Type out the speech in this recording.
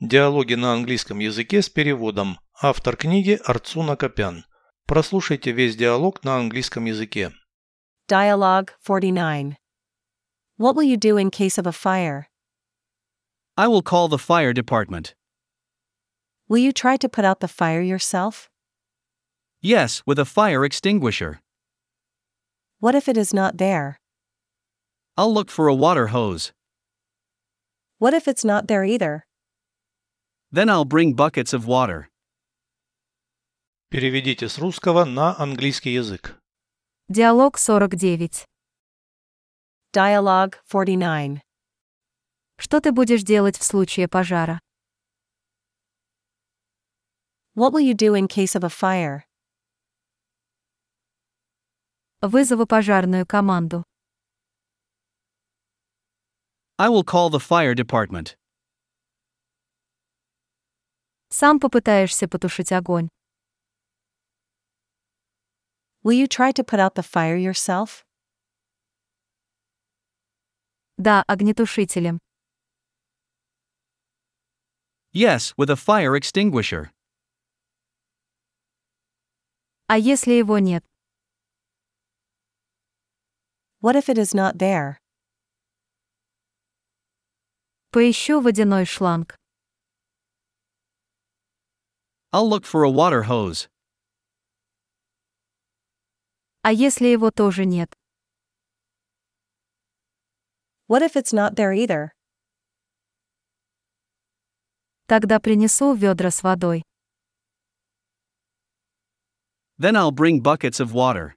Диалоги на английском языке с переводом. Автор книги Арцуна Копян. Прослушайте весь диалог на английском языке. Dialogue 49. What will you do in case of a fire? I will call the fire department. Will you try to put out the fire yourself? Yes, with a fire extinguisher. What if it is not there? I'll look for a water hose. What if it's not there either? Then I'll bring buckets of water. Переведите с русского на английский язык. Диалог 49. Dialogue 49. Что ты будешь делать в случае пожара? What will you do in case of a fire? Вызову пожарную команду. I will call the fire department. Сам попытаешься потушить огонь. Will you try to put out the fire yourself? Да, огнетушителем. Yes, with a fire extinguisher. А если его нет? What if it is not there? Поищу водяной шланг. I'll look for a water hose. А если его тоже нет? What if it's not there either? Тогда принесу ведра с водой. Then I'll bring buckets of water.